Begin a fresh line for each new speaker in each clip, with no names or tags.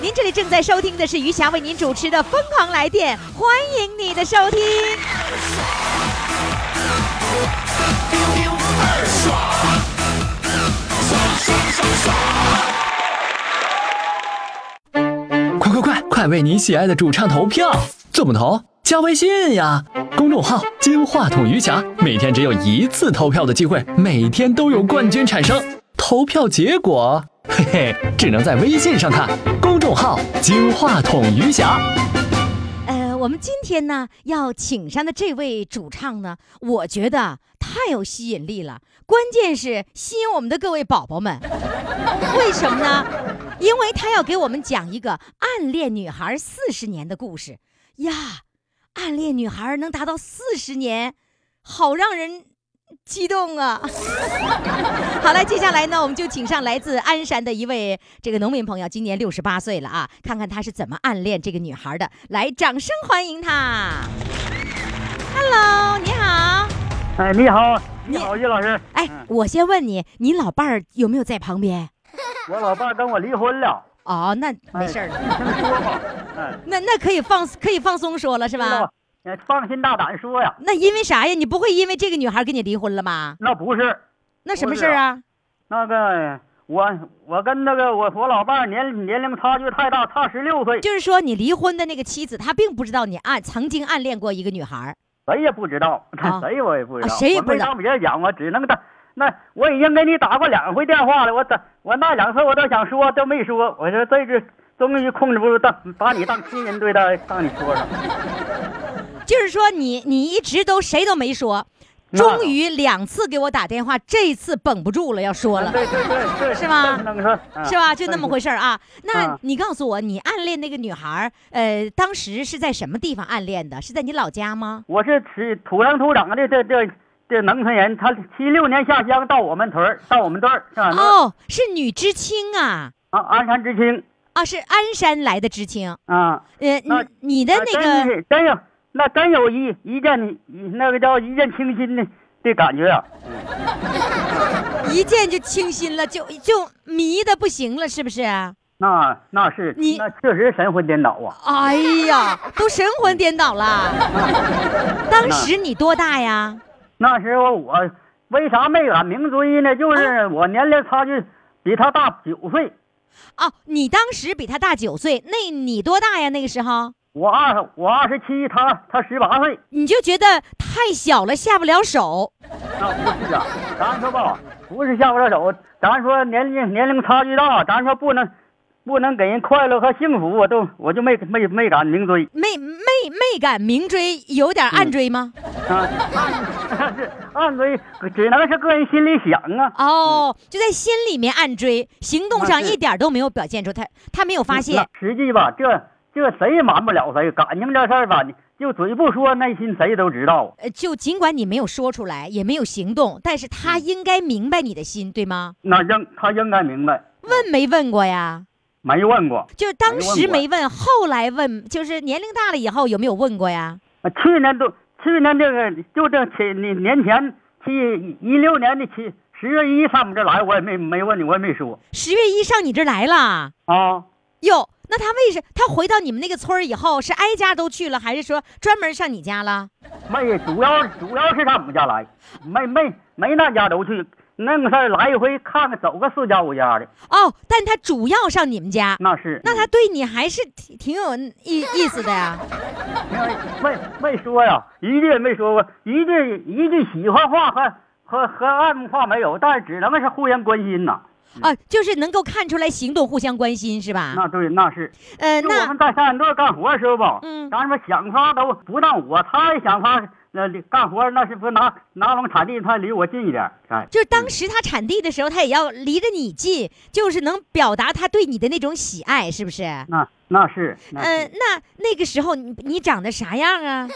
您这里正在收听的是余霞为您主持的《疯狂来电》，欢迎你的收听。
快快快，快为你喜爱的主唱投票！怎么投？加微信呀，公众号“金话筒余霞”，每天只有一次投票的机会，每天都有冠军产生。投票结果，嘿嘿，只能在微信上看。公众号“金话筒余霞
呃，我们今天呢要请上的这位主唱呢，我觉得啊太有吸引力了，关键是吸引我们的各位宝宝们。 为什么呢？因为他要给我们讲一个暗恋女孩四十年的故事呀！暗恋女孩能达到四十年，好让人激动啊！好了，接下来呢，我们就请上来自鞍山的一位这个农民朋友，今年六十八岁了啊，看看他是怎么暗恋这个女孩的。来，掌声欢迎他。Hello，你好。
哎，你好，你好，叶老师。
哎，我先问你，你老伴儿有没有在旁边？
我老伴儿跟我离婚了，哎
哦，那没事儿了，
你听说吧。嗯，
那那可以放可以放松说了是
知道
吧
吧？你哎放心大胆说呀，
那因为啥呀？你不会因为这个女孩跟你离婚了吧？
那不是
那什么事儿啊？
那个我我跟那个我我老伴儿年年龄差距太大，差十六岁，
就是说你离婚的那个妻子，她并不知道你暗曾经暗恋过一个女孩儿。
谁也不知道
啊，
谁我也不知道，
啊谁也
我
不知
没
道
当别人讲，我只能当。那我已经给你打过两回电话了，我等我那两次我都想说，都没说。我说这是终于控制不住，当把你当亲人对待，当你说了。
就是说你你一直都谁都没说，
那
终于两次给我打电话，这次绷不住了要说 了，
对对对对，
是吗
这能说嗯
是吧？就那么回事儿 啊。那
啊
你告诉我，你暗恋那个女孩儿，呃，当时是在什么地方暗恋的？是在你老家吗？
我是土土生土长的这这这农村人，他七六年下乡到我们屯儿，到我们队儿，上俺们队儿
哦，是女知青啊，
啊，鞍山知青
啊，是鞍山来的知青。
啊。
呃，
那
你你的
啊
那
真
个，
是真有那真有一一见那个叫一见倾心的的感觉啊。
一见就倾心了，就就迷的不行了，是不哎是？
那那是
你
那确实神魂颠倒啊！
哎呀，都神魂颠倒 了。当时你多大呀？
那时候我为啥没敢明追呢？就是
嗯
我年龄差距比他大九岁，
哦，你当时比他大九岁，那你多大呀？那个时候
我二我二十七，他他十八岁。
你就觉得太小了，下不了手。
那不是啊，咱说吧，不是下不了手，咱说年龄年龄差距大，咱说不能不能给人快乐和幸福，我都我就没没没敢明追
没没没敢明追，有点暗追吗？
啊，暗是暗追，只能是个人心里想啊。
哦，就在心里面暗追，行动
那
上
是嗯
一点都没有表现出他，他没有发现
那。实际吧，这这谁也瞒不了谁，感情这事儿吧，你就嘴不说，内心谁都知道。
呃，就尽管你没有说出来，也没有行动，但是
嗯
他应该明白你的心，对吗？
那应他应该明白，
问没问过呀？
没问过。
就是当
嗯没
时
问过
没问，后来问，就是年龄大了以后有没有问过呀？
啊去年都去年这个就这前年年前七一六年的七十月一上我们这儿来，我也没没问你，我也没说
十月一上你这儿来了，
啊。
哟，那他为什他回到你们那个村儿以后是挨家都去了，还是说专门上你家了？
没，主要主要是上我们家来，没没没那家都去，那个事儿来一回看看，走个四家五家的，
哦，但他主要上你们家，
那是。
那他对你还是挺挺有意意思的呀？
没没说呀，一句也没说过，一句一句喜欢话和和和暗话没有，但是只能是互相关心呐。
啊，就是能够看出来行动互相关心是吧？
嗯那对，那是。
呃，
就我
那
们在下人队干活的时候吧，
嗯
咱们想他都不让我，他也想他那干活，那是不是拿拿农产地，他离我近一点，哎，
就是当时他产地的时候，他也要离着你近，就是能表达他对你的那种喜爱，是不是？
那那是，那是
嗯、那那个时候你你长得啥样啊？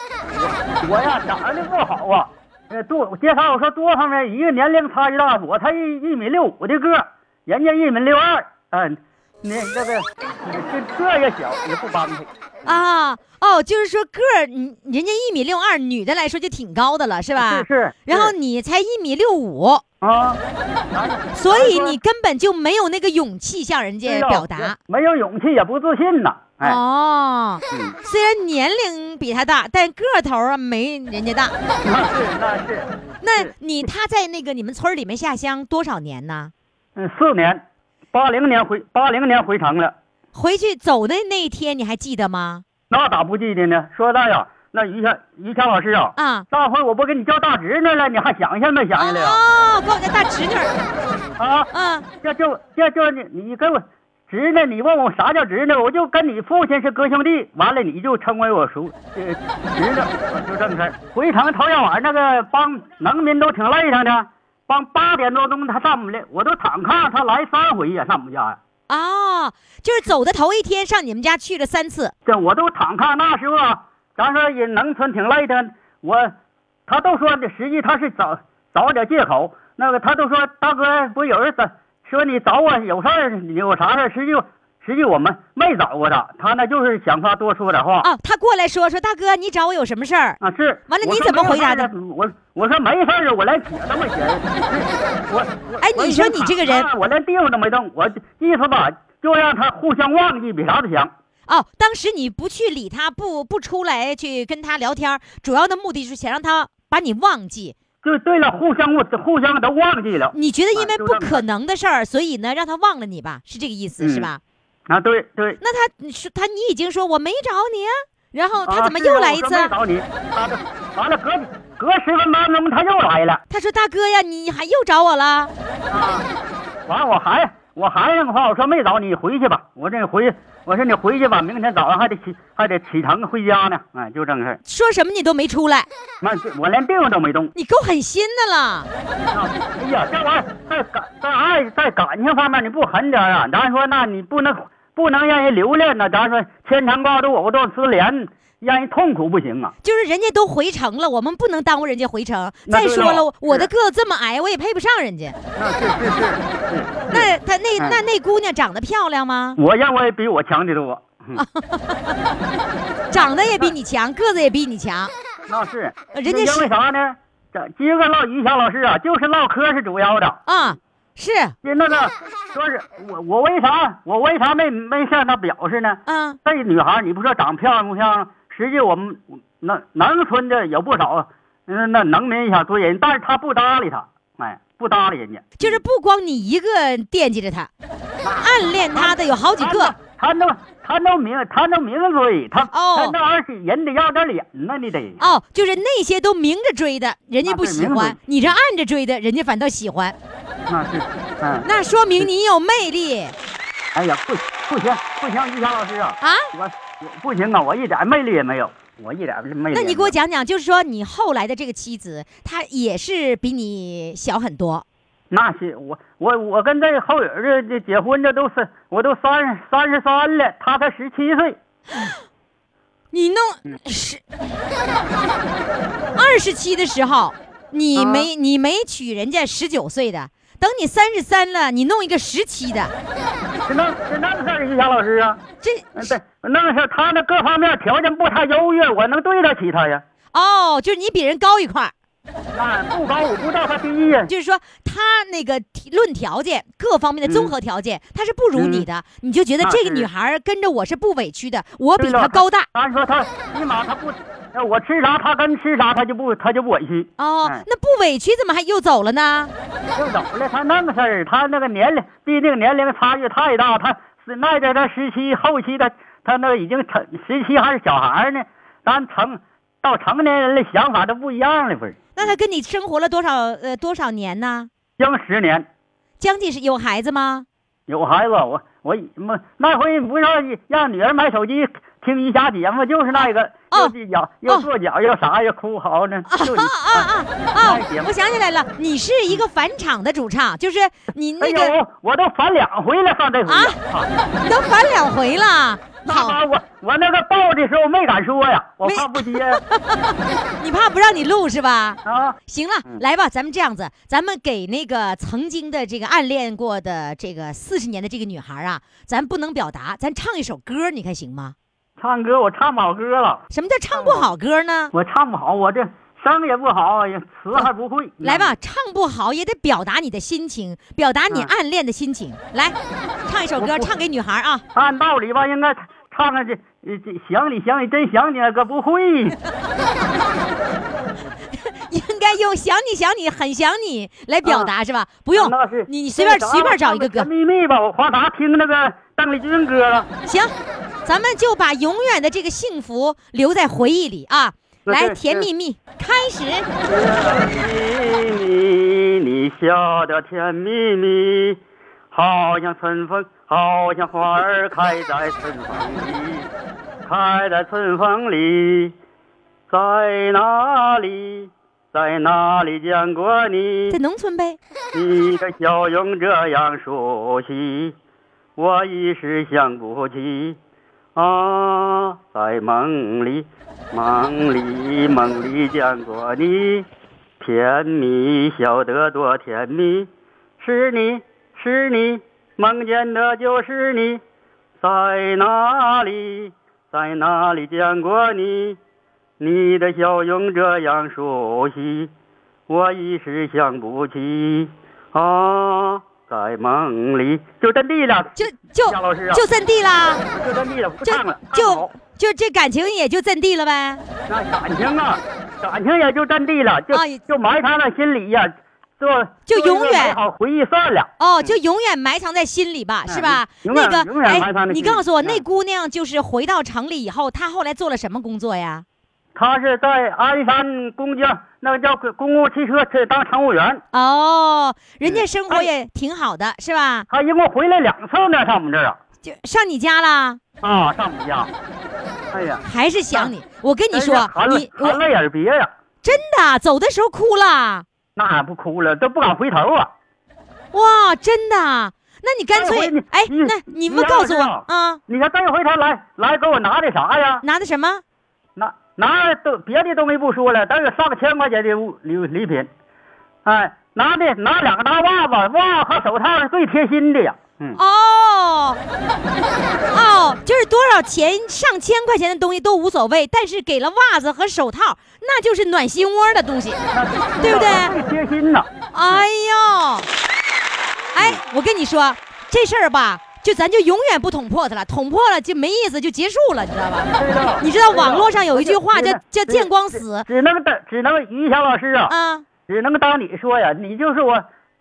我呀长得不好啊，呃，多我介绍我说多方面，一个年龄差距大，我才一一米六五的个儿，人家一米六二，嗯、那那个这个儿也小，也不般配。
啊，哦，就是说个儿，你人家一米六二，女的来说就挺高的了，是吧？
啊是是
啊然后
是
你才一米六五，
啊，
所以
说
你根本就没有那个勇气向人家
对呀哎
表达。
没有勇气也不自信呐，哎，
哦，
嗯
虽然年龄比他大，但个头啊没人 家大。
那是那是，
那
是
你他在那个你们村儿里面下乡多少年呢？
嗯，四年，八零年回八零年回城了，
回去走的那一天你还记得吗？
那咋不记得呢？说大呀，那于谦于谦老师啊，
啊，
大会我不给你叫大侄女了，你还想想没想起来啊？
哦，管我叫大侄女儿。
啊，
嗯，
这就这就你你跟我侄女，你问我啥叫侄女，我就跟你父亲是哥兄弟，完了你就成为我叔呃侄女，就这么事儿。回城头天晚那个帮农民都挺累他的，帮八点多钟他上我们来，我都躺炕他来三回呀，上我们家呀。
哦，就是走的头一天上你们家去了三次。
这我都躺炕那时候啊，咱说也农村挺累的，我他都说的，实际他是找找点借口。那个他都说大哥，不有人找说你找我有事儿，你有啥事儿？实际实际我们没找过他，他那就是想法多说点话
哦，他过来说说大哥，你找我有什么事儿？
啊。是
完了
我
你
说
怎么
没有
回答
事儿
的
啊我我说没事儿啊，我连撇都没 撇。我我
哎
我
你
一
说
天
你
躺
这个人
炕我连地方都没动，我意思吧，就让他互相忘记，比啥都强。
哦，当时你不去理他，不不出来去跟他聊天儿，主要的目的是想让他把你忘记。
就对了，互相我互相都忘记了。
你觉得因
啊
为
就
不
这么
可能的事儿，所以呢让他忘了你吧，是这个意思、是
嗯
吧？
啊，对对。
那他你说他你已经说我没找你啊，然后
啊
他怎么
是啊
又来一
我
次
说没
啊？
找你，啊这完了，隔隔十分八分钟他又来了，
他说大哥呀，你还又找我了？
完了我还我还那个话，我说没找你，回去吧。我说你回，我说你回去吧，明天早上还得起还得启程回家呢。哎，就这个事儿，
说什么你都没出来，
那这我连地方都没动。
你够狠心的了。
啊哎呀，这玩意儿在感在爱在感情方面你不狠点儿啊？咱说那你不能不能让人留恋呐，咱说牵肠挂肚、藕断丝连，让人痛苦不行啊。
就是人家都回城了，我们不能耽误人家回城。
那
再
对
说
了
了，我的
是
个子这么矮，我也配不上人家。
那是是是是。
那他那
嗯
那那姑娘长得漂亮吗？
我认为比我强的多。嗯
长得也比你强，个子也比你强。
那是，
呃人家
因
是
为啥呢？这今个唠于霞老师啊，就是唠嗑是主要的。
啊，是
那那 个，说是我我为啥我为啥没没向她表示呢？
啊，
这女孩儿你不说长漂亮不漂亮？实际我们那农村的有不少，嗯，那农民想追人，但是她不搭理他，哎，不搭理人家。
就是不光你一个惦记着他，暗恋他的有好几个。
他那他那名他那名追他，
哦
他那玩意儿人得要点脸呢，你得。
哦，就是那些都明着追的，人家不喜
那对明
欢
着；
你这暗着追的，人家反倒喜欢。
那是，嗯，
那说明你有魅力
哎呀，不不行不行，于霞老师啊。
啊！
我我不行啊，我一点魅力也没有，我一点魅力也没有。
那你给我讲讲，就是说你后来的这个妻子，她也是比你小很多。
那是我我我跟这后人这这结婚这都是我都三三十三了，他才十七岁，
你
嗯
弄是二十七的时候，
啊
你没、你没娶人家十九岁的，等你三十三了，你弄一个十七的，
是那是那个事儿，于霞老师啊，
这
嗯对，那个事儿他那各方面条件不太优越，我能对得起他呀？
哦，就是你比人高一块儿，
那不高我不知道他第一呀，
就是说他那个提论条件各方面的综合条件，他是不如你的，你就觉得
嗯那
这个
是
女孩儿跟着我是不委屈的，我比
对了
她高大。
按说他起码他不，呃我吃啥他跟吃啥他就不他就不委屈，
哦
嗯，
那不委屈怎么还又走了呢？
就走了。他那个事儿，他那个年龄，毕竟年龄差距太大，他是那阵儿他十七，后期他他那已经成十七还是小孩儿呢，咱成到成年人的想法都不一样了，不是？
那他跟你生活了多少呃多少年呢？
将十年，
将近是有孩子吗？
有孩子，我我么那回不让让女儿买手机听一家节目，就是那个
哦
又跺脚又跺脚又啥又哭嚎呢，就你
啊
哎
啊啊！
那节目
我。想起来了，你是一个返场的主唱，就是你
哎
那个
呦，我都返两回了，上这回啊！
你都返两回了。
那
好，
把我我那个报的时候没敢说呀，我怕不接呀
你怕不让你录是吧？
啊。
行了，来吧，咱们这样子，咱们给那个曾经的这个暗恋过的这个四十年的这个女孩啊，咱不能表达，咱唱一首歌，你看行吗？
唱歌我唱不好歌了，
什么叫唱不好歌呢？
我唱不好，我这声也不好，也词还不会。
来吧，唱不好也得表达你的心情，表达你
嗯
暗恋的心情。来，唱一首歌，
我
唱给女孩啊。
按道理吧，应该唱唱这呃这想你想你真想你了，可不会。
应该用“想你想你很想你”来表达、是吧？不
不
用
啊那是，
你你随便
那啥
随便找一个歌
甜，蜜蜜吧，我华达听那个邓丽君歌了。
行，咱们就把永远的这个幸福留在回忆里啊！
对
来，
对
甜蜜
对
蜜，开始。
甜蜜蜜，你笑得甜蜜蜜，好像春风，好像花儿开在春风里，开在春风里，在哪里，在哪里见过你
在？农村呗，
你的笑容这样熟悉，我一时想不起。啊，在梦里，梦里，梦里见过你，甜蜜笑得多甜蜜，是你是你，梦见的就是你，在哪里，在哪里见过你？你的笑容这样熟悉，我一时想不起。啊，在梦里，就这地了，
就就
夏老师啊
就阵地啦，
就这地了，不
就
唱了，唱不
就
好
就这感情也就阵地了呗。
那感情啊，感情也就占地了，就、
啊也
就埋藏在心里呀、做
就
做一个
永远
美好回忆算了。
哦，就永远埋藏在心里吧，
嗯
是吧？
永
那
远
个
永远埋
哎
藏，在
你
心里
告诉我，那
嗯
姑娘就是回到城里以后，她后来做了什么工作呀？
他是在鞍山公交，那个叫公共汽车去当乘务员，
哦，人家生活
哎
也挺好的，是吧？
他一共回来两次呢，上我们这儿啊，
就上你家啦，
啊，上我们家。哎呀，
还是想你。我跟你
哎
说
呀含，泪
你
含
我
泪而别呀、
真的走的时候哭了，
那还不哭了，都不敢回头啊。
哇，真的。那你干脆
哎我你
哎，
你
那你
你
们
要
告诉
知
我
道
啊，
你看这回他来来给我拿的啥呀？
拿的什么？
拿拿都别的东西不说了，但是上千块钱的物礼礼品，哎，拿的拿两个大袜子，袜子和手套是最贴心的呀。嗯，
哦， 哦，就是多少钱，上千块钱的东西都无所谓，但是给了袜子和手套，那就是暖心窝的东西。 对不对
最贴 心呐。
哎呦，哎，我跟你说，这事儿吧，就咱就永远不捅破它了，捅破了就没意思，就结束了，你知道吧？
知道
你知道网络上有一句话
知
叫
道
叫“
知道
见光死
只能等，只能于霞老师”啊，
啊。
只能当你说呀，你就是我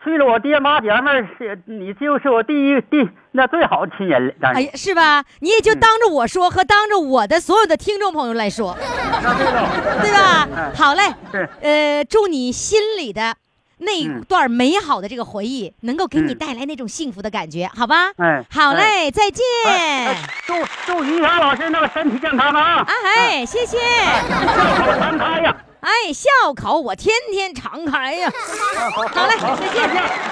去了我爹妈前面是，你就是我第一第那最好的亲人了。
哎呀，是吧？你也就当着我说和当着我的所有的听众朋友来说， 对吧？
嗯
好嘞，
是
呃，祝你心里的那一
嗯
段美好的这个回忆，能够给你
嗯
带来那种幸福的感觉，好吧？
哎
好嘞，再见。
哎哎祝祝于霞老师那个身体健康啊，
啊嘿，谢谢。
笑口常开呀。
哎，笑口我天天常开呀。好嘞，再见，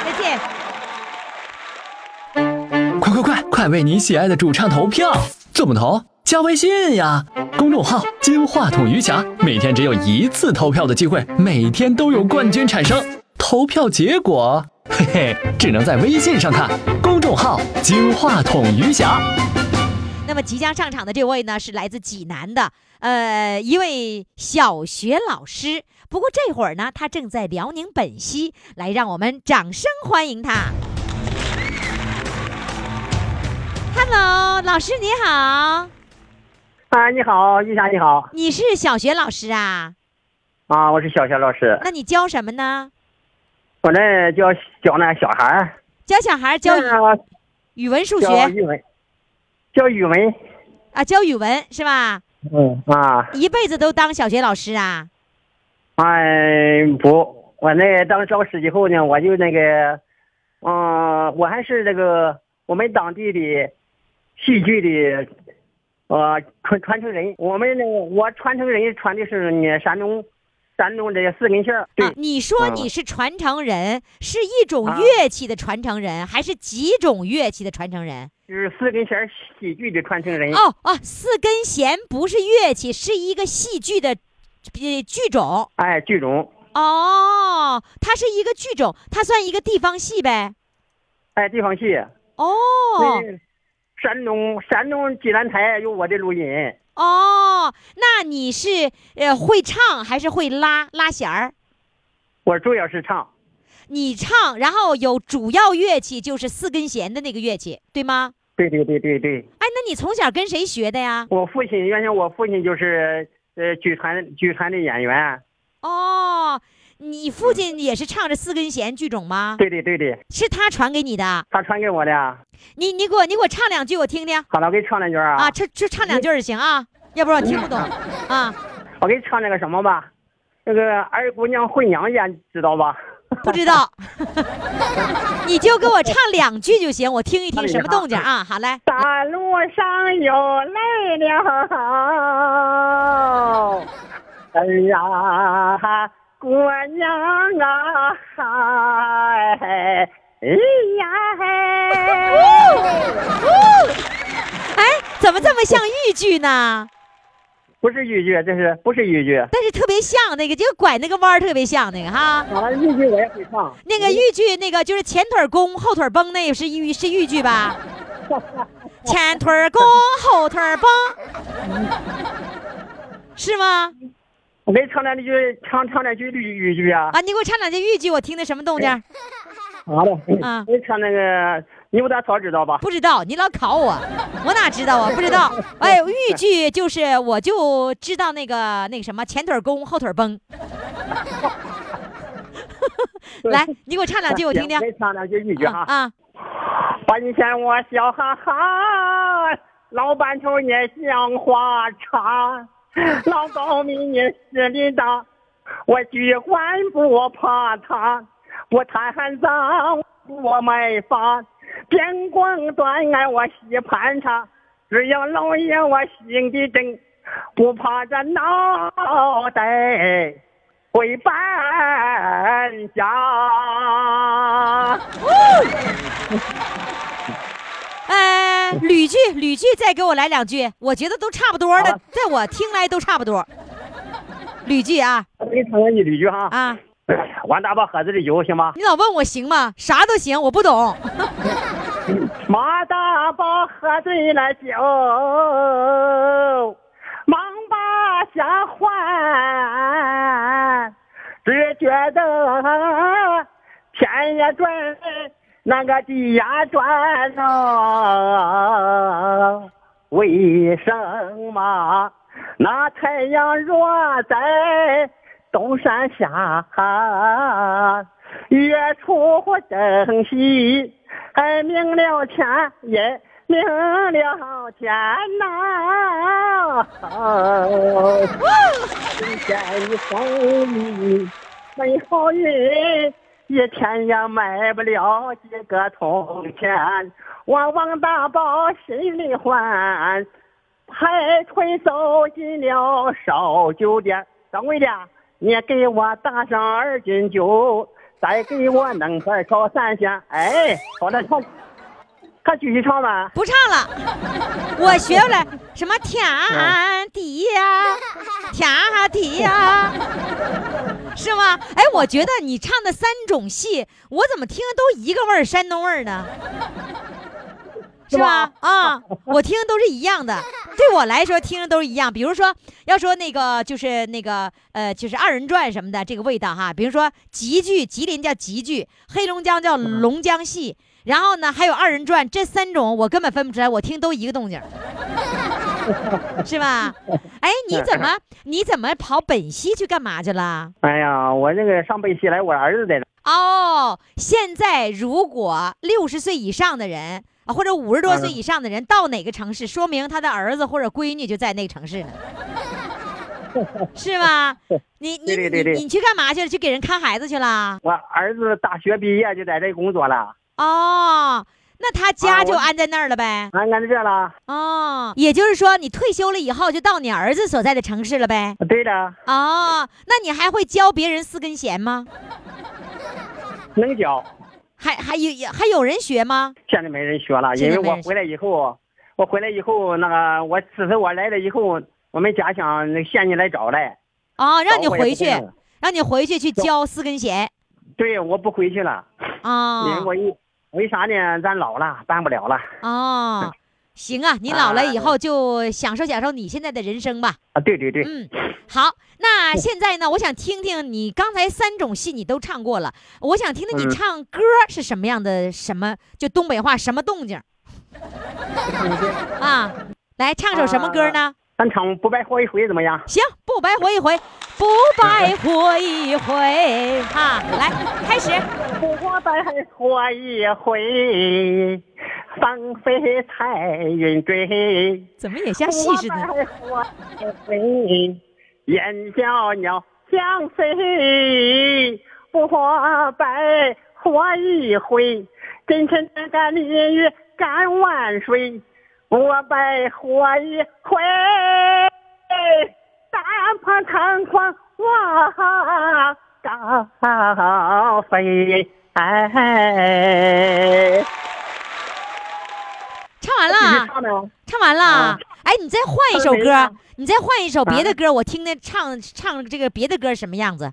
再见。
快快快，快为你喜爱的主唱投票！怎么投？加微信呀，公众号“金话筒余霞”，每天只有一次投票的机会，每天都有冠军产生。投票结果，嘿嘿，只能在微信上看。公众号“金话筒余霞
那么即将上场的这位呢，是来自济南的，呃，一位小学老师。不过这会儿呢，他正在辽宁本溪，来让我们掌声欢迎他。Hello，老师你好，
啊，你好，玉霞你好
你是小学老师啊？
啊，我是小霞老师，
那你教什么呢？
我这教教那小孩儿
教小孩儿教语
那个
语文、数
教
学
语文，教语文，
啊，教语文是吧？
嗯啊，
一辈子都当小学老师啊？
哎不，我那当教师以后呢，我就那个，嗯、呃，我还是这个我们当地的戏剧的呃传传承人。我们那个我传承人传的是呢山东山东这个四根弦儿。对
啊，，你说
嗯
你是传承人，是一种
啊
乐器的传承人，还是几种乐器的传承人？
是四根弦儿戏剧的传承人。
哦哦，四根弦不是乐器，是一个戏剧的呃剧种。
哎，剧种。
哦，它是一个剧种，它算一个地方戏呗。
哎，地方戏。
哦
那山东山东济南台有我的录音。
哦，那你是呃会唱还是会拉拉弦儿？
我主要是唱。
你唱，然后有主要乐器就是四根弦的那个乐器，对吗？
对对对对对，
哎，那你从小跟谁学的呀？
我父亲原先我父亲就是呃剧团剧团的演员。
哦，你父亲也是唱着四根弦剧种吗？
对的对的，
是他传给你的。
他传给我的。
你你给我你给我唱两句我听听
好了，我给你唱两句啊。
啊，唱就唱两句儿行啊，要不然我听不懂啊，
我给你唱那个什么吧，那个二姑娘回娘家，知道吧？
不知道。 你就给我唱两句就行，我听一听什么动静啊。好嘞，
大路上有泪了，哎呀，姑娘啊，哎呀，
哎，怎么这么像豫剧呢？
不是豫剧，这是不是豫剧？
但是特别像那个，就拐那个弯儿特别像那个哈。
啊，豫剧我也会唱。
那个豫剧，那个就是前腿儿弓后腿儿绷，那也是豫是豫剧吧？前腿儿弓后腿儿绷，是吗？
我给你唱两句，唱唱两句豫豫剧啊。
啊，你给我唱两句豫剧，我听听什么动静儿？
好的，
啊
我给你唱那个牛大嫂，知道吧？
不知道，你老考我，我哪知道啊？不知道。哎，豫剧就是我就知道那个那个什么前腿儿弓后腿儿绷。来，你给我唱两句，我听听
我。给你唱两句豫剧哈。
啊，
半天我笑哈哈，老板头也像花茶，老高明也势力大，我举官不怕他，我贪赃我没法，边关断案我细盘查，只要老爷我心里正，不怕这脑袋回搬家。
呃，吕剧，吕剧，再给我来两句，我觉得都差不多
好
的，在我听来都差不多。吕剧啊
我给你唱两句吕剧哈。
啊，
哎碗大把喝子的酒行吗？
你老问我行吗？啥都行，我不懂。
马大宝喝醉了酒，忙把下换，只觉得天也转，那个地呀转啊，为什么那太阳落在东山下？月出正西，哎，明了天也明了天呐、今天一风雨，没好运，一天也买不了几个铜钱。我王大宝心里欢，还推走进了烧酒店。掌柜的，你给我打上二斤酒，再给我弄盘炒三鲜。哎，好了，唱，看继续唱吧。
不唱了，我学会了什么天地呀、天地呀、是吗？哎，我觉得你唱的三种戏，我怎么听都一个味儿，山东味儿呢？是吧？啊，我听都是一样的，对我来说听着都是一样。比如说，要说那个就是那个呃，就是二人转什么的这个味道哈。比如说吉剧，吉林叫吉剧，黑龙江叫龙江戏，然后呢还有二人转，这三种我根本分不出来，我听都一个动静儿，是吧？哎，你怎么你怎么跑本溪去干嘛去了？
哎呀，我这个上北西来，我儿子在这。
哦，现在如果六十岁以上的人啊或者五十多岁
嗯
以上的人到哪个城市，说明他的儿子或者闺女就在那个城市呢，是吧？ 你你
对对对对
你你去干嘛去了？去给人看孩子去了？
我儿子大学毕业就在这工作了。
哦，那他
啊
家
我
就安在那儿了呗？
俺俺这了。啊
哦，也就是说你退休了以后就到你儿子所在的城市了呗？
对了，
哦，那你还会教别人四根弦吗？
能教，
还还有还有人学吗？
现在没人学了，
现
因
在
为
没人
我回来以后，我回来以后那个，我自从我来了以后，我们家乡那个县里来找来，
哦，让你
找我也
回
不
去，
会弄
让你回去去
教
教四根弦
对，我不回去了，
啊
因为我一为啥呢？咱老了，办不了了
哦，行啊，你老了以
啊
后就享受享受你现在的人生吧。
啊！对对对，
嗯，好，那现在呢，我想听听你刚才三种戏你都唱过了，我想听听你
嗯
唱歌是什么样的，什么就东北话什么动静儿啊？来唱首什么歌呢？
咱唱不白活一回怎么样？
行，不白活一回，不白活一回啊！来，开始。
不白活一回，芳菲彩云追。
怎么也像戏似的？
我飞，燕叫鸟相随，不白活一回。真真干干淋雨干万水，我白活一回。大炮长狂我高飞。哎，
唱完了
你
啊，
唱的哦
唱完了啊
啊。
哎，你再换一首
没
歌
唱，
你再换一首别的歌，我听听唱唱这个别的歌什么样子。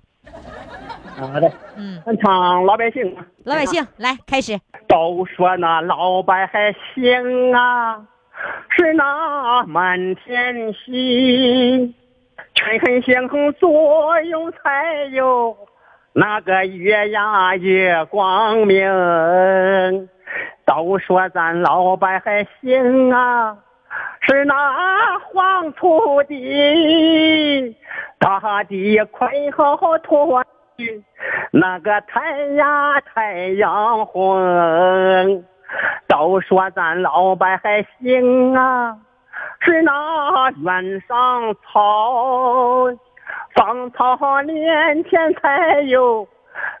好的，
嗯，
咱唱老百姓啊。
老百姓来开始。
都说那老百姓啊，是那满天星，全身星空左右才有那个月呀月光明。都说咱老百姓啊，是那黄土地，大地宽厚土地，那个太呀太阳红。都说咱老百姓啊，是那原上草，芳草连天才有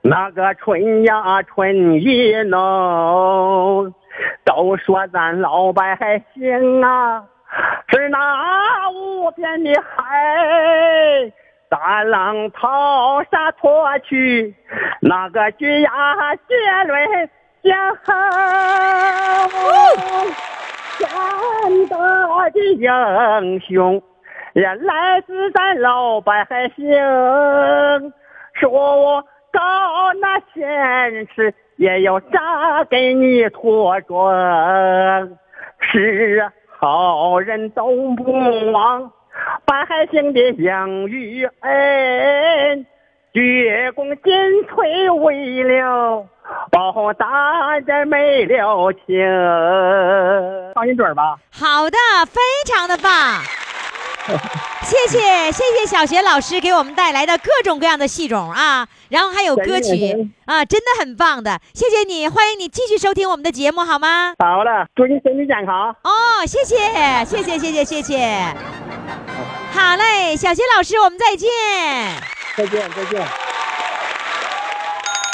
那个春呀春意浓。都说咱老百姓啊，是那无边的海，大浪淘沙拖去那个巨呀杰伦江河。战斗的英雄，也来自咱老百姓。说到那现实，也要扎给你脱妆。是啊好人都不忘，百姓的养育恩。鞠躬尽瘁，为了报答这没了情。放心准儿吧，
好的，非常的 棒。谢谢谢谢小学老师给我们带来的各种各样的戏种啊，然后还有歌
真的
曲啊，真的很棒的，谢谢你，欢迎你继续收听我们的节目好吗？
好了，祝你身体健康。
哦，谢谢，谢谢，谢谢，谢谢。好嘞，小学老师，我们再见。
再见，再见。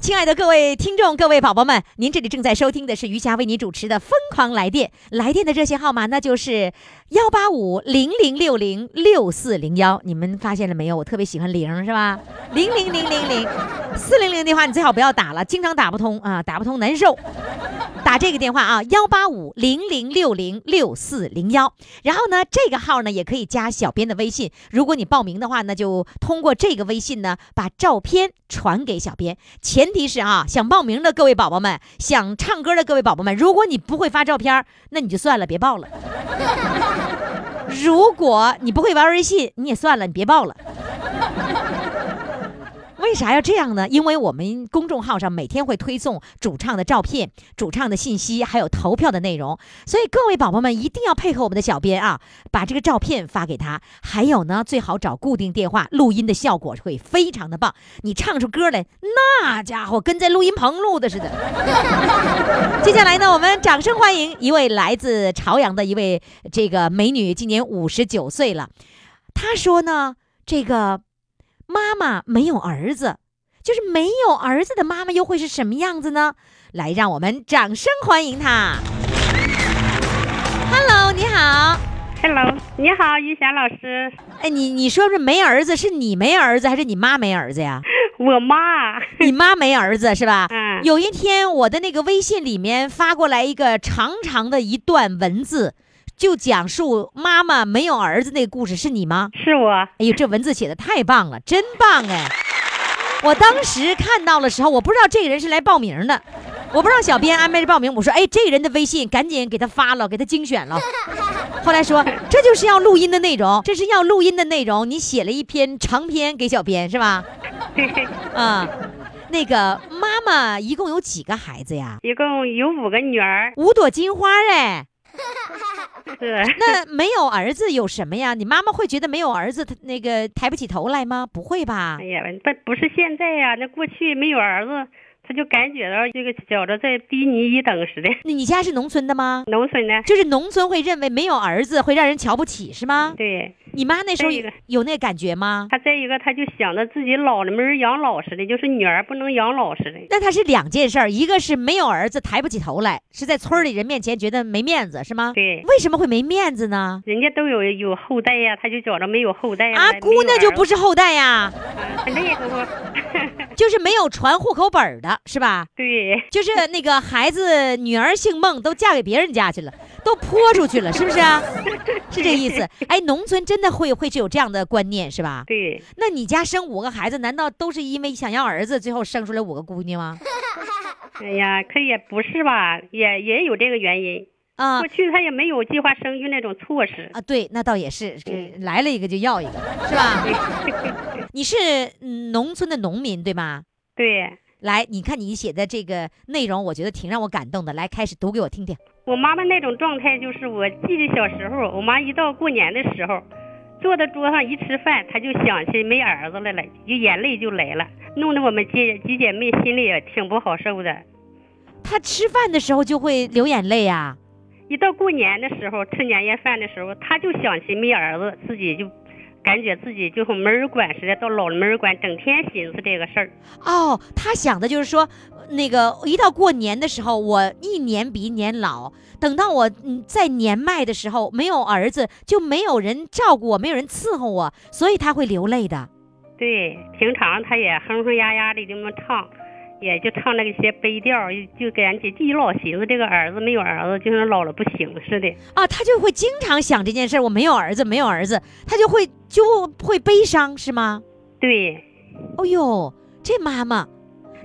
亲爱的各位听众、各位宝宝们，您这里正在收听的是余霞为您主持的《疯狂来电》，来电的热线号码那就是幺八五零零六零六四零幺。你们发现了没有？我特别喜欢零，是吧？零零零零零四零零的话，你最好不要打了，经常打不通啊，打不通难受。打这个电话啊，幺八五零零六零六四零幺。然后呢，这个号呢也可以加小编的微信。如果你报名的话呢，就通过这个微信呢把照片传给小编。前提是啊，想报名的各位宝宝们，想唱歌的各位宝宝们，如果你不会发照片儿，那你就算了，别报了。如果你不会玩微信，你也算了，你别报了。为啥要这样呢？因为我们公众号上每天会推送主唱的照片、主唱的信息，还有投票的内容，所以各位宝宝们一定要配合我们的小编啊，把这个照片发给他。还有呢，最好找固定电话，录音的效果会非常的棒。你唱出歌来，那家伙跟在录音棚录的似 的。接下来呢，我们掌声欢迎一位来自朝阳的一位这个美女，今年五十九岁了。她说呢，这个妈妈没有儿子，就是没有儿子的妈妈又会是什么样子呢？来，让我们掌声欢迎她。Hello，你好。
Hello，你好，于霞老师，
哎，你你说是没儿子，是你没儿子还是你妈没儿子呀？
我妈，啊
你妈没儿子是吧？
嗯
有一天我的那个微信里面发过来一个长长的一段文字，就讲述妈妈没有儿子那个故事，是你吗？
是我，
哎呦，这文字写的太棒了，真棒哎！我当时看到的时候，我不知道这个人是来报名的，我不知道小编安排着报名。我说，哎，这个人的微信赶紧给他发了，给他精选了。后来说，这就是要录音的内容，这是要录音的内容。你写了一篇长篇给小编是吧？啊、那个妈妈一共有几个孩子呀？
一共有五个女儿，
五朵金花哎，
是
那没有儿子有什么呀？你妈妈会觉得没有儿子，她那个抬不起头来吗？不会吧
哎？呀，不不是现在呀、那过去没有儿子，他就感觉到这个觉着在低你一等似的。
那你家是农村的吗？
农村呢，
就是农村会认为没有儿子会让人瞧不起是吗？
对，
你妈那时候
对
有
的
有那感觉吗？
他再一个，他就想着自己老了没人养老似的，就是女儿不能养老似的。
那她是两件事儿，一个是没有儿子抬不起头来，是在村儿里人面前觉得没面子是吗？
对
为什么会没面子呢？
人家都有有后代呀、他就觉着没有后哎代呀、
啊，姑娘就不
是
是后代呀，
那个我，
就是没有传户口本儿的是吧？
对，
就是那个孩子女儿姓孟，都嫁给别人家去了，都泼出去了，是不是啊？是这个意思。哎，农村真的会会是有这样的观念是吧？
对，
那你家生五个孩子，难道都是因为想要儿子，最后生出来五个姑娘吗？
哎呀，可也不是吧，也也有这个原因。
啊
过去他也没有计划生育那种措施。
啊，对，那倒也是，
嗯
呃来了一个就要一个，是吧？ 你是嗯农村的农民对吗？
对
来，你看你写的这个内容，我觉得挺让我感动的。来，开始读给我听听。
我妈妈那种状态，就是我记得小时候，我妈一到过年的时候，坐在桌上一吃饭，她就想起没儿子来了，就眼泪就来了，弄得我们姐几姐妹心里也挺不好受的。
他吃饭的时候就会流眼泪啊。
一到过年的时候，吃年夜饭的时候，她就想起没儿子，自己就感觉自己就和没人管似的，到老了没人管，整天寻思这个事儿。
哦，他想的就是说，呃那个一到过年的时候，我一年比一年老。等到我嗯在年迈的时候，没有儿子，就没有人照顾我，没有人伺候我，所以他会流泪的。
对，平常他也哼哼呀呀的就那么唱，也就唱那一些悲调，就感觉一老寻思这个儿子没有儿子，就是老了不行似的。
啊，他就会经常想这件事儿，我没有儿子，没有儿子，他就会就会悲伤，是吗？
对，
哦呦，这妈妈，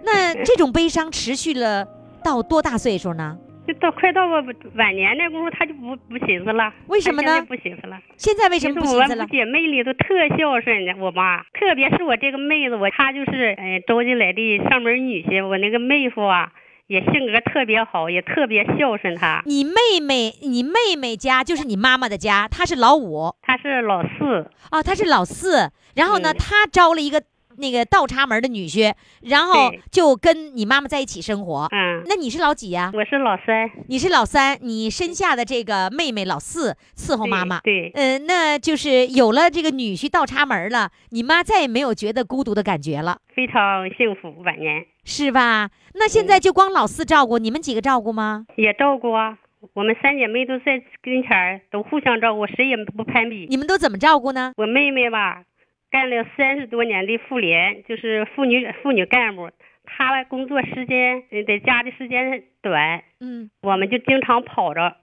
那这种悲伤持续了到多大岁数呢？
就到快到我晚年那功夫，他就不不寻思了。
为什么呢
他现在不寻思了。
现在为什
其
么
实
不
我
寻思
们
了
五？姐妹里都特孝顺的，我妈，特别是我这个妹子，我她就是嗯、呃招进来的上门女婿，我那个妹夫啊，也性格特别好，也特别孝顺她。
你妹妹，你妹妹家就是你妈妈的家，她是老五
她是老四，
啊，她是老四。然后呢，
嗯
她招了一个那个倒插门的女婿，然后
对
就跟你妈妈在一起生活。
嗯，
那你是老几呀、
我是老三，
你是老三，你身下的这个妹妹老四伺候妈妈。
对。对
嗯，那就是有了这个女婿倒插门了，你妈再也没有觉得孤独的感觉了，
非常幸福，晚年
是吧？那现在就光老四照顾，你们几个照顾吗？
也照顾啊。我们三姐妹都在跟前儿，都互相照顾，谁也不攀比。
你们都怎么照顾呢？
我妹妹吧，干了三十多年的妇联，就是妇女妇女干部，她工作时间呃在家的时间短，
嗯，
我们就经常跑着，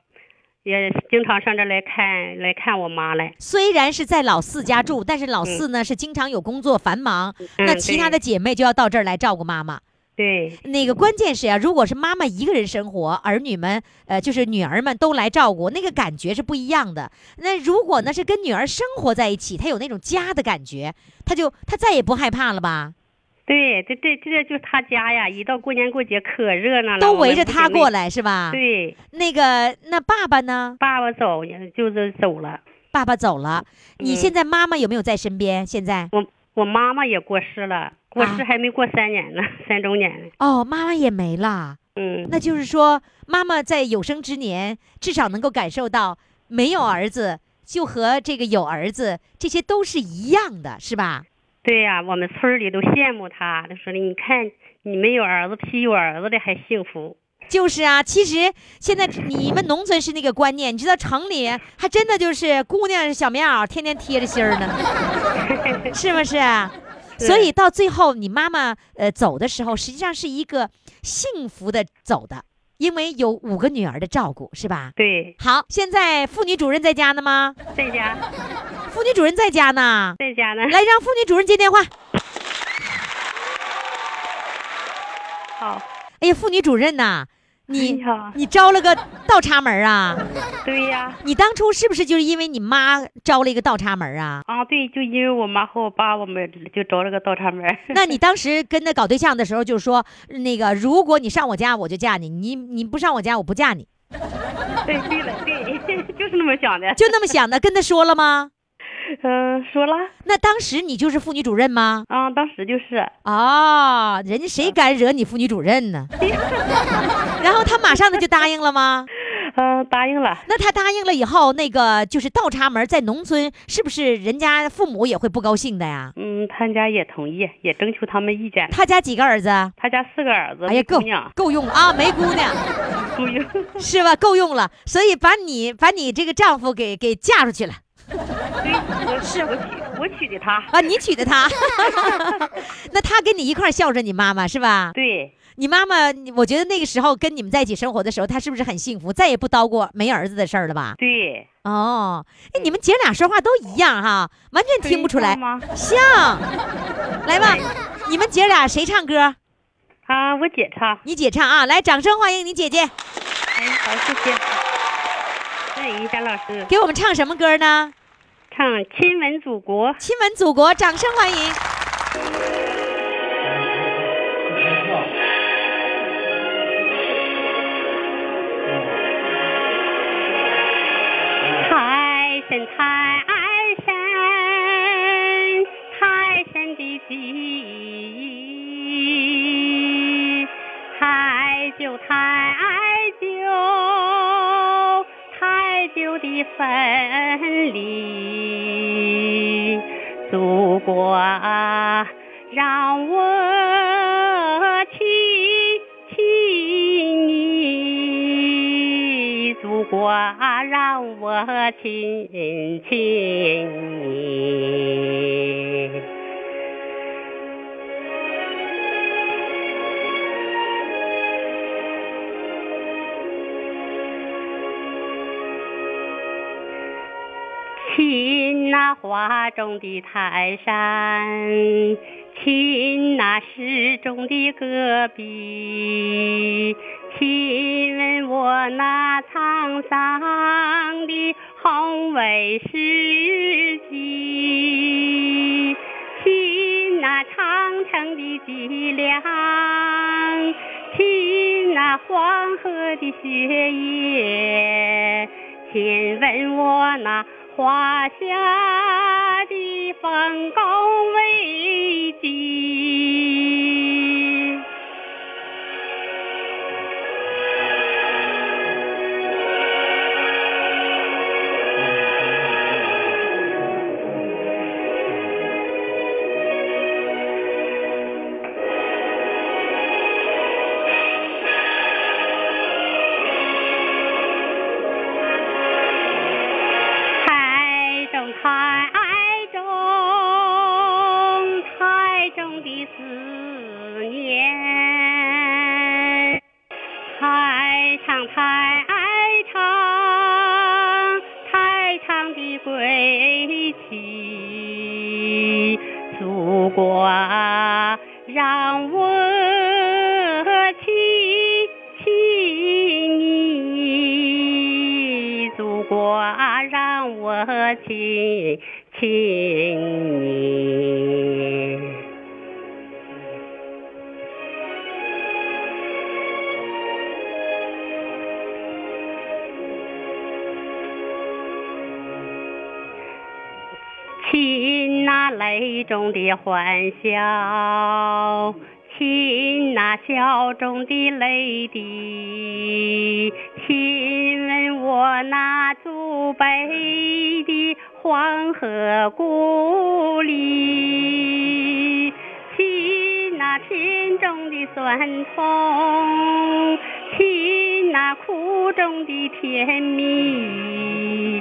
也经常上这儿来看来看我妈来。
虽然是在老四家住，但是老四呢、是经常有工作繁忙，
嗯
那其他的姐妹就要到这儿来照顾妈妈。
对
那个关键是呀、如果是妈妈一个人生活，儿女们呃就是女儿们都来照顾，那个感觉是不一样的。那如果呢是跟女儿生活在一起，她有那种家的感觉，她就她再也不害怕了吧？
对，这这这就他家呀，一到过年过节可热闹了，
都
我们
围着
不
他
姐妹
过。来是吧？
对，
那个，那爸爸呢？
爸爸走就是走了，
爸爸走了，你
嗯
现在妈妈有没有在身边？现在
我我妈妈也过世了，过世
啊
还没过三年呢， 三周年呢。
哦，妈妈也没了，
嗯，
那就是说，妈妈在有生之年至少能够感受到，没有儿子就和这个有儿子，这些都是一样的，是吧？
对呀、我们村儿里都羡慕他，都说你看你没有儿子，比有儿子的还幸福。
就是啊，其实现在你们农村是那个观念，你知道城里还真的就是姑娘小棉袄天天贴着心儿呢， 是不是？啊所以到最后，你妈妈呃走的时候，实际上是一个幸福的走的，因为有五个女儿的照顾，是吧？
对，
好，现在妇女主任在家呢吗？
在家
妇女主任在家呢，
在家呢。
来让妇女主任接电话。
好，
哎呀，妇女主任呐、
哎
你
呀
你招了个倒插门啊？
对呀、
你当初是不是就是因为你妈招了一个倒插门啊？
啊，对，就因为我妈和我爸，我们就找了个倒插门 儿。
那你当时跟他搞对象的时候，就说那个，如果你上我家，我就嫁你；你你不上我家，我不嫁你，
对对了，对， 就是那么想的。
就那么想的。跟他说了吗？
嗯、说了
那当时你就是妇女主任吗？
啊，当时就是
哦，人家
嗯
谁敢惹你妇女主任 呢？然后他马上他就答应了吗？
嗯、答应了。
那他答应了以后，那个就是倒插门，在农村是不是人家父母也会不高兴的呀？
嗯，他家也同意，也征求他们意见。
他家几个儿子？
他家四个儿子，
哎呀，
一
够
姑娘，
够用了啊，没姑娘。
姑娘，
是吧？够用了，所以把你把你这个丈夫给给嫁出去了
对，我是我娶我娶的她，
啊！你娶的 她，那她跟你一块儿孝顺你妈妈是吧？
对，
你妈妈，你我觉得那个时候跟你们在一起生活的时候，她是不是很幸福？再也不叨过没儿子的事儿了吧？
对，
哦，
嗯
哎，你们姐俩说话都一样哈，完全听不出来
对像吗。
像，来吧，你们姐俩谁唱歌？
啊，我姐唱，
你姐唱啊！来，掌声欢迎你姐姐，
哎，好，谢谢。谢谢一下老师
给我们唱什么歌呢？
唱《亲吻祖国》。
亲吻祖国，掌声欢迎。
太深太深太深的记忆，太久太久太久的分离，祖国啊，让我亲亲你，祖国啊，让我亲亲你。亲那花中的泰山，亲那诗中的戈壁，亲吻我那沧桑的宏伟事迹，亲那长城的脊梁，亲那黄河的血液。亲吻我那华夏的丰功伟绩。太重太重太重的思念，太长太长太长的归期，祖国啊，让我亲亲你，祖国啊，让我亲亲你。亲那泪中的欢笑，亲那笑中的泪滴，亲吻我那祖北的黄河故里。亲那甜中的酸痛，亲那苦中的甜蜜，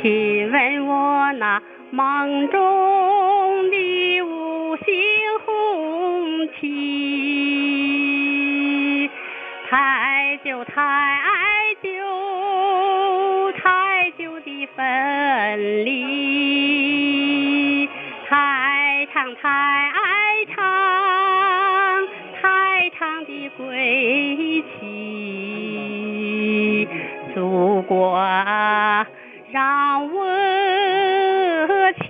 亲吻我那梦中的五星红旗。太久太久太久的分离，太长太长太长的归期，祖国啊让我亲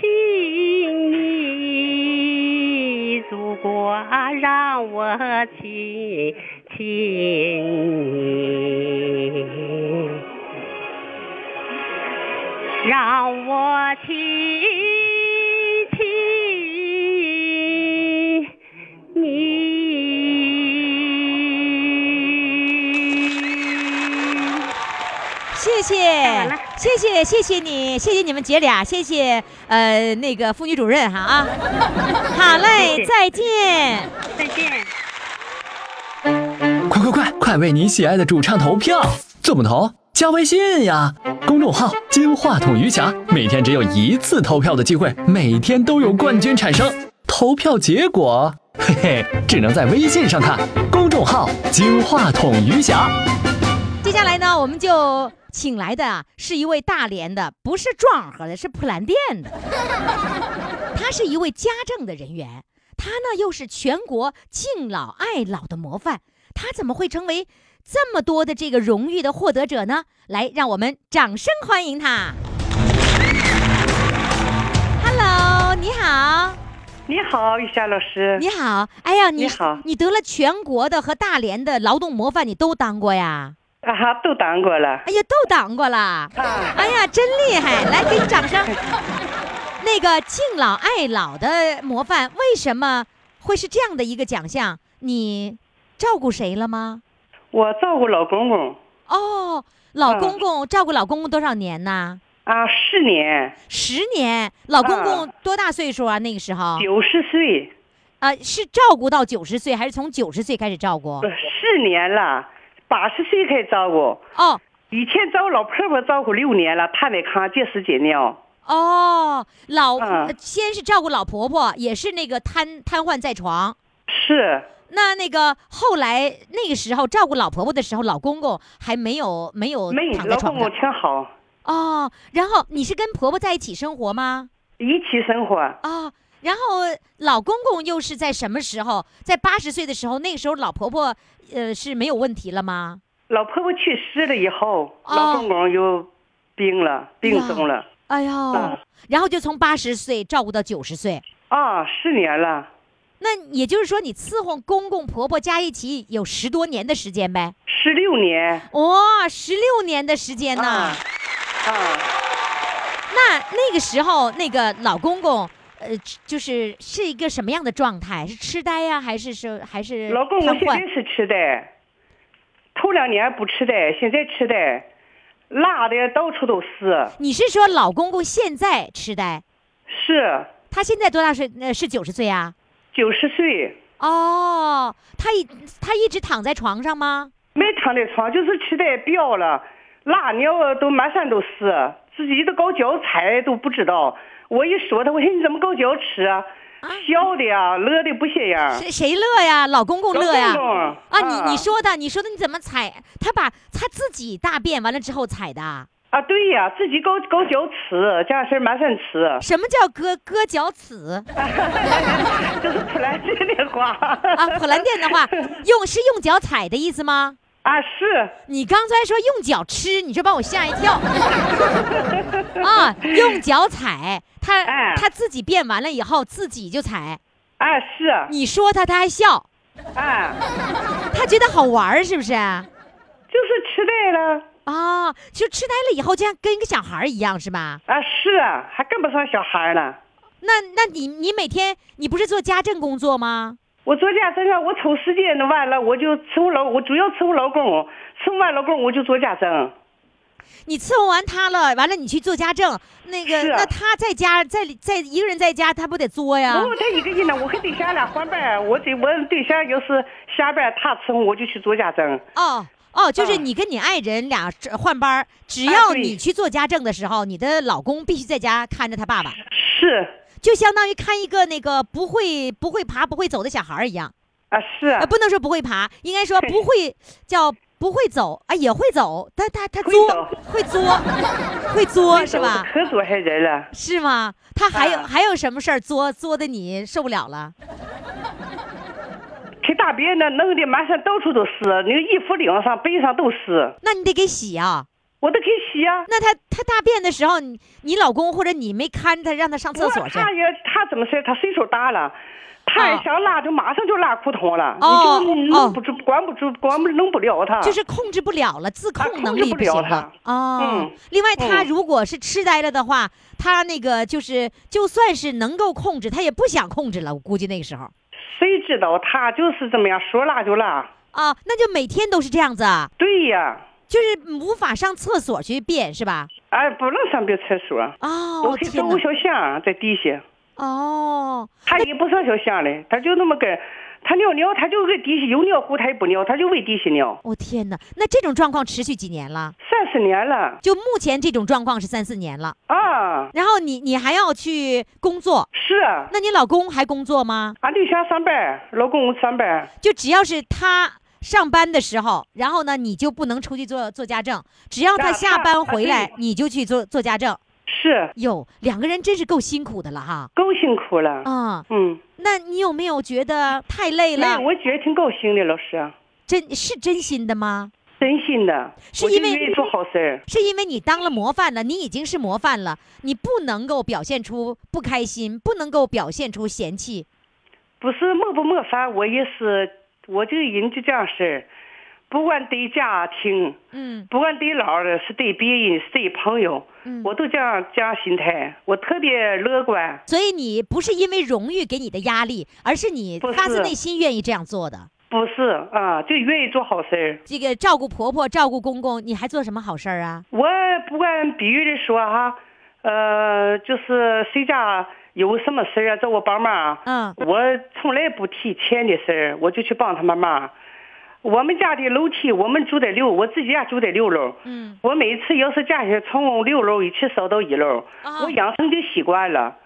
亲你，祖国啊让我亲亲你。让我亲亲你。
谢谢
完了，
谢谢，谢谢你，谢谢你们姐俩，谢谢呃那个妇女主任哈啊， 好嘞，
谢谢
再见。
再见。
快快快，快为你喜爱的主唱投票！怎么投？加微信呀，公众号“金话筒余霞”，每天只有一次投票的机会，每天都有冠军产生。投票结果，嘿嘿，只能在微信上看。公众号“金话筒余霞
接下来呢，我们就请来的啊是一位大连的，不是壮和的，是普兰店的。他是一位家政的人员，他呢又是全国敬老爱老的模范，他怎么会成为这么多的这个荣誉的获得者呢？来，让我们掌声欢迎他。Hello，你好，
你好，玉霞老师。
你好，哎呀，你
你好
你得了全国的和大连的劳动模范，你都当过呀？
啊哈，都当过了。
哎呀，都挡过了。
啊，
哎呀，真厉害！来，给你掌声。那个敬老爱老的模范，为什么会是这样的一个奖项？你照顾谁了吗？
我照顾老公公
哦，老公公、照顾老公公多少年呐？
啊，十年，
十年。老公公
啊
多大岁数啊？那个时候，
九十岁，
呃，是照顾到九十岁，还是从九十岁开始照顾？
呃十年了，八十岁开始照顾。
哦
以前找老婆婆照顾六年了，她得看结石结尿。
哦，老、
啊
先是照顾老婆婆，也是那个瘫瘫痪在床。
是，
那那个后来那个时候照顾老婆婆的时候，老公公还没有没有
没
躺在
老
床
公
上
公挺好，
哦。然后你是跟婆婆在一起生活吗？
一起生活。
啊、然后老公公又是在什么时候？在八十岁的时候，那个时候老婆婆呃是没有问题了吗？
老婆婆去世了以后，
哦
老公公又病了，病重了。
哎呦，
嗯
然后就从八十岁照顾到九十岁。
啊，十年了，
那也就是说，你伺候公公婆婆加一起有十多年的时间呗？
十六年。
哇、哦，十六年的时间呢！
啊啊。
那那个时候，那个老公公，呃，就是是一个什么样的状态？是痴呆呀、还是是还是
老公，我
瘫
现在
痪？
是痴呆，头两年不痴呆，现在痴呆，拉的到处都是。
你是说老公公现在痴呆？
是
他现在多大岁？呃，是九十岁呀、
九十岁，
哦，他一他一直躺在床上吗？
没躺在床，就是痴呆飙了，拉尿啊都满山都是，自己都搞脚踩都不知道。我一说他，我寻思你怎么搞脚吃啊？笑的呀，乐的不像样。
谁谁乐呀？老公公乐呀
老？公
啊，你你说的，你说的，你怎么踩？他把他自己大便完了之后踩的啊？
啊，对呀，自己搞搞脚吃，这样式儿满山吃，
什么叫割割脚趾
这是 普兰这的话。
啊？普兰店的话，用是用脚踩的意思吗？
啊，是
你刚才说用脚吃，你这把我吓一跳。啊，用脚踩，他、
哎
他自己变完了以后自己就踩，
啊，是
你说他他还笑，
啊，
他觉得好玩儿是不是？啊，
就是痴呆了，
啊，就吃奶了以后，就像跟个小孩儿一样，是吧？
啊，是啊，还跟不上小孩呢。
那那你你每天你不是做家政工作吗？
我昨家真的，我抽时间的完了，我就伺候老，我主要伺候老公，伺候完老公我就做家政。
啊你伺候完他了，完了你去做家政，那个
是啊
那他在家在在一个人在家，他不得作呀？
我他一个人呢，我和对象俩换班，我对我对象要是下班他伺候我就去做家政。
哦哦，就是
啊
你跟你爱人俩这换班儿，只要
哎对
你去做家政的时候，你的老公必须在家看着他爸爸，
是
就相当于看一个那个不会不会爬不会走的小孩儿一样。
啊，是啊
呃，，不能说不会爬，应该说
对
不会叫不会走啊，也会走，但他他
会
作
走
会作会作是吧？
可多害人了。
是吗？他还有
啊
还有什么事儿作作的你受不了了？
去大便呢，弄得满身到处都是，那个衣服领上、背上都是，
那你得给洗啊。
我都给洗啊。
那他他大便的时候，你你老公或者你没看他，让他上厕
我
所去。啊
他也他怎么事？他岁数大了，他也想拉就马上就拉裤筒了，
哦
你就
哦
弄不住、管不住、管不弄不了他。
就是控制不了了，自控能力
啊控制不
行
了
了。哦
嗯，
另外，他
嗯
如果是痴呆了的话，他那个就是就算是能够控制，他也不想控制了。我估计那个时候
谁知道他就是这么样，说拉就拉。
啊，那就每天都是这样子啊，
对呀，
就是无法上厕所去便是吧？
哎，不能上别厕所，
哦
我，去
天
走
哪
个！小巷在地下，
哦，
他也不上小巷嘞，他就那么跟，他尿尿他就搁地下，有尿壶他也不尿，他就喂地下尿，
我哦天哪！那这种状况持续几年了？
三十年了
就目前这种状况是三四年了。
啊。
然后你你还要去工作，
是啊，
那你老公还工作吗？
俺对象上班，老公上班，
就只要是他上班的时候，然后呢，你就不能出去做做家政，只要他
那
下
他
班
啊
回
对
来，你就去做做家政。
是啊
哟，两个人真是够辛苦的了哈。
够辛苦了。
啊、
嗯，
那你有没有觉得太累
没
了
有，？我觉得挺高兴的，老师，啊
真是真心的吗？
真心的，
是
我就
因为
愿意做好事儿。
是因为你当了模范了，你已经是模范了，你不能够表现出不开心，不能够表现出嫌弃。
不是莫不莫烦，我也是，我这个人就这样式儿，不管对家庭，
嗯
不管对老的，是对别人，是对朋友，
嗯，
我都这样这样心态，我特别乐观。
所以你不是因为荣誉给你的压力，而是你
不
发自
是
内心愿意这样做的。
不是啊，就愿意做好事儿。
这个照顾婆婆、照顾公公，你还做什么好事儿啊？
我不管比喻的说哈、呃，就是谁家有什么事儿啊，找我帮忙啊。
嗯
我从来不提钱的事儿，我就去帮他们忙。我们家的楼梯，我们住在六，我自己家住在六楼。
嗯，
我每次要是家里从六楼一起扫到一楼，
啊
我养成这习惯了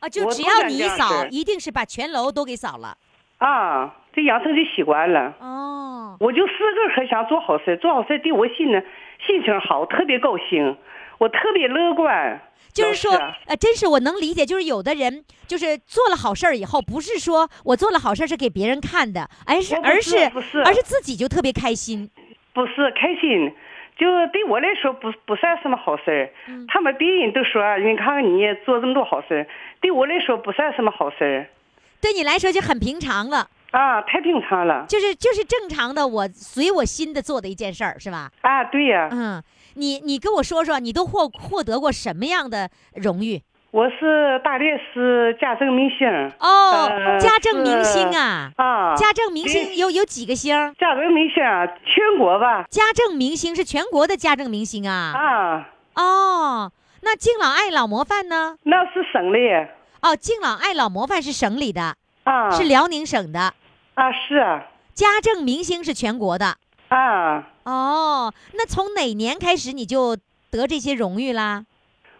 啊，就
我
只
不
要
敢
你
这样
扫，
式
一定是把全楼都给扫了。
啊，这养成这习惯了。
哦，
我就时刻可想做好事，做好事对我心呢心情好，特别高兴，我特别乐观。
就是说
老师啊，
呃，真是我能理解，就是有的人就是做了好事儿以后，不是说我做了好事儿是给别人看的，而是
我不
而
是
是
不是
而是自己就特别开心。
不是开心，就对我来说不不算什么好事儿。
嗯
他们别人都说啊你看看你做这么多好事儿，对我来说不算什么好事儿
对你来说就很平常了，
啊，太平常了
就是就是正常的，我随我心的做的一件事儿，是吧？
啊。对呀、
嗯，你你跟我说说，你都获获得过什么样的荣誉？
我是大连市家政明星
哦，
呃
家政明
是
星啊，
啊，
家政明星
对
有有几个星儿？
家政明星啊，全国吧
家政明星是全国的家政明星啊。
啊，
哦，那敬老爱老模范呢？
那是省的
哦，敬老爱老模范是省里的，
啊，
是辽宁省的。
啊是啊
家政明星是全国的。
啊，
哦，那从哪年开始你就得这些荣誉啦？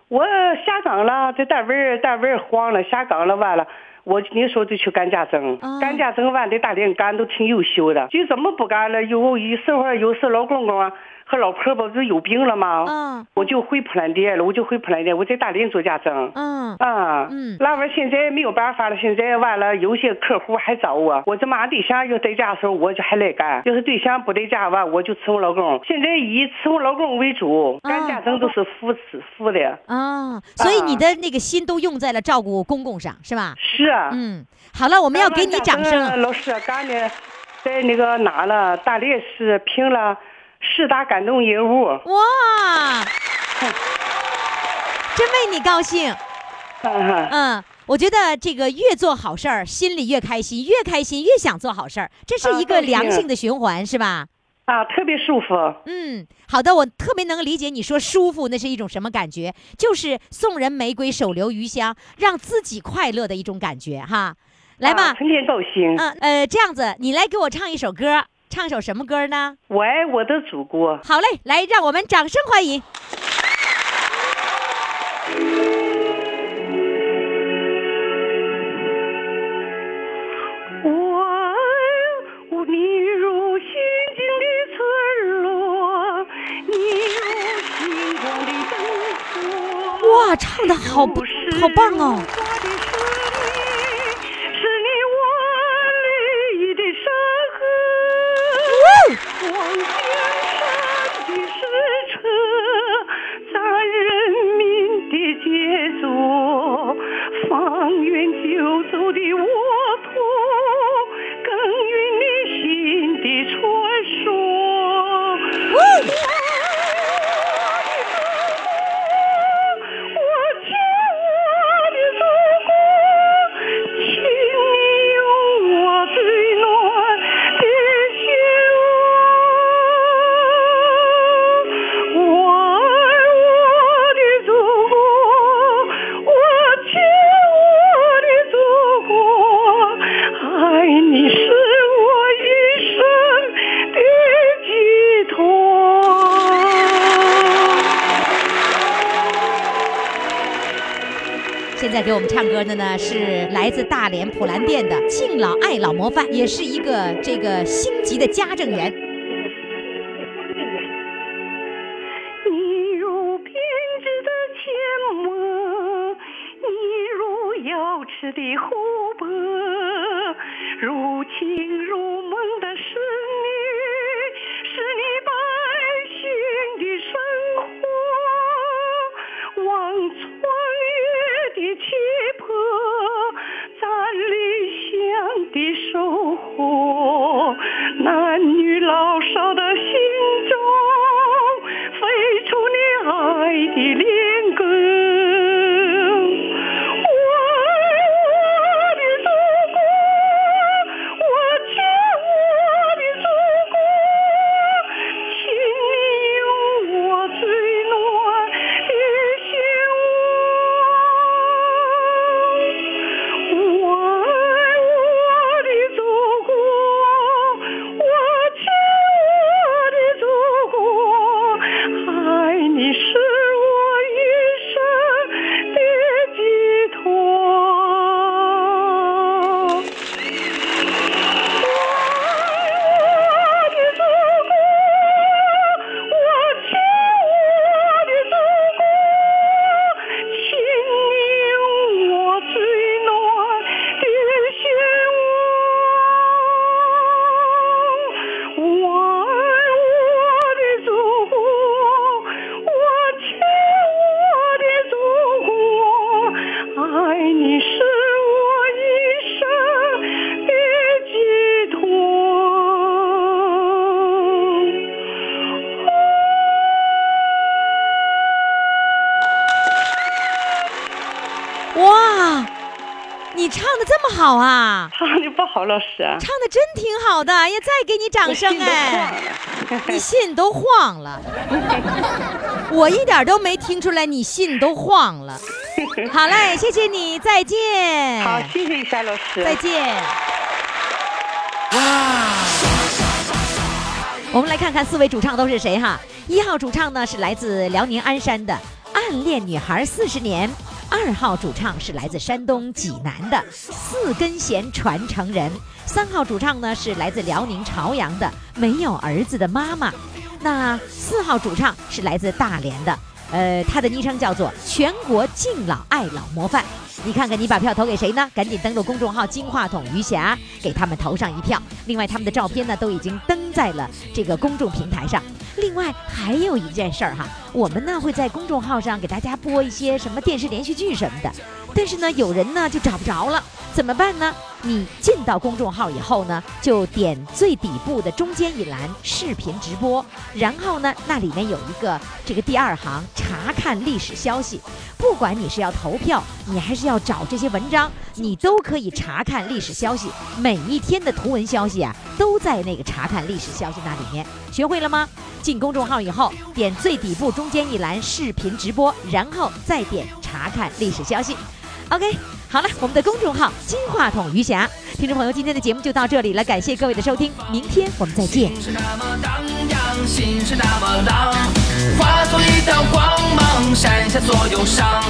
我下岗了，这单位儿单位儿慌了，下岗了完了。我那时候就去干家政
啊，
干家政完在大连干都挺优秀的，就怎么不干了？有有时候有时老公公啊和老婆婆不是有病了吗？
嗯
我就回普兰店了，我就回普兰店，我在大连做家政。
嗯
啊，
嗯
那完现在没有办法了，现在完了，有些客户还找我，我这妈对象要在家的时候，我就还来干；要是对象不在家吧，我就伺候老公。现在以伺候老公为主，干家政都是副次副的。
啊，所以你
啊
的那个心都用在了照顾公公上，是吧？
是啊，
嗯，好了，我
我
们要给
啊
你掌声了。
老师干的，在那个哪了，大连市评了，是打感动人物。
哇，真为你高兴。
嗯
嗯，我觉得这个越做好事儿，心里越开心，越开心越想做好事儿，这是一
啊
个
对
良性的循环，是吧？
啊，特别舒服。
嗯，好的，我特别能理解你说舒服那是一种什么感觉，就是送人玫瑰手留余香，让自己快乐的一种感觉哈。来吧
啊，春天高兴。
嗯呃，这样子，你来给我唱一首歌，唱首什么歌呢？
我爱我的祖国。
好嘞，来，让我们掌声欢迎。
我爱你如心境的村落，你如星光的灯火。
哇，唱的好不好棒哦！
是你我泪的山河，望江山的矢车，咱人民的杰作，放远九州的沃土，耕耘你心的传说。我敬我的祖国，请你用我最暖的心窝。我爱我的祖国，我敬我的祖国，爱你是我一生的寄托。
现在给我们唱歌的呢是来自大连普兰店的敬老爱老模范，也是一个这个星级的家政员。
你如编织的阡陌，你如瑶池的湖泊，如情如梦的侍女，是你百姓的生活，望穿越的气魄，咱理想的收获，男女老少的心中。飞出你爱的恋歌。我爱我的祖国，我敬我的祖国，请你用我最暖的心窝。我爱我的祖国，我敬我的祖国，爱你是我一生的寄托。我爱我的祖国，我敬我的祖国，请你用我最暖的心窝。我爱我的祖国，我敬我的祖国，爱你是我一生的。寄托。
哇，你唱的这么好啊！
唱的不好，老师。啊
唱的真挺好的，也再给你掌声哎！你信都晃了， 我一点都没听出来你信都晃了。好嘞，谢谢你，再见。
好，谢谢一下老师。
再见。我们来看看四位主唱都是谁哈。一号主唱呢是来自辽宁鞍山的《暗恋女孩四十年》，二号主唱是来自山东济南的《四根弦传承人》，三号主唱呢是来自辽宁朝阳的《没有儿子的妈妈》，那四号主唱是来自大连的，呃，他的昵称叫做“全国敬老爱老模范”。你看看你把票投给谁呢？赶紧登录公众号“金话筒余霞”，给他们投上一票。另外，他们的照片呢都已经登在了这个公众平台上。另外还有一件事儿哈，我们呢会在公众号上给大家播一些什么电视连续剧什么的，但是呢有人呢就找不着了，怎么办呢？你进到公众号以后呢，就点最底部的中间一栏“视频直播”，然后呢那里面有一个这个第二行查看历史消息，不管你是要投票，你还是要找这些文章，你都可以查看历史消息。每一天的图文消息啊，都在那个查看历史消息那里面。学会了吗？进公众号以后，点最底部中间一栏“视频直播”，然后再点查看历史消息。OK，好了，我们的公众号“金话筒余霞”，听众朋友，今天的节目就到这里了，感谢各位的收听，明天我们再见。
心是那么荡漾，心是那么浪，化作一道光芒，闪下所有伤，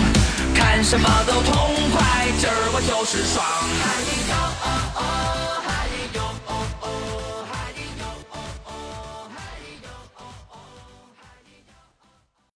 看什么都痛快，今儿我就是爽。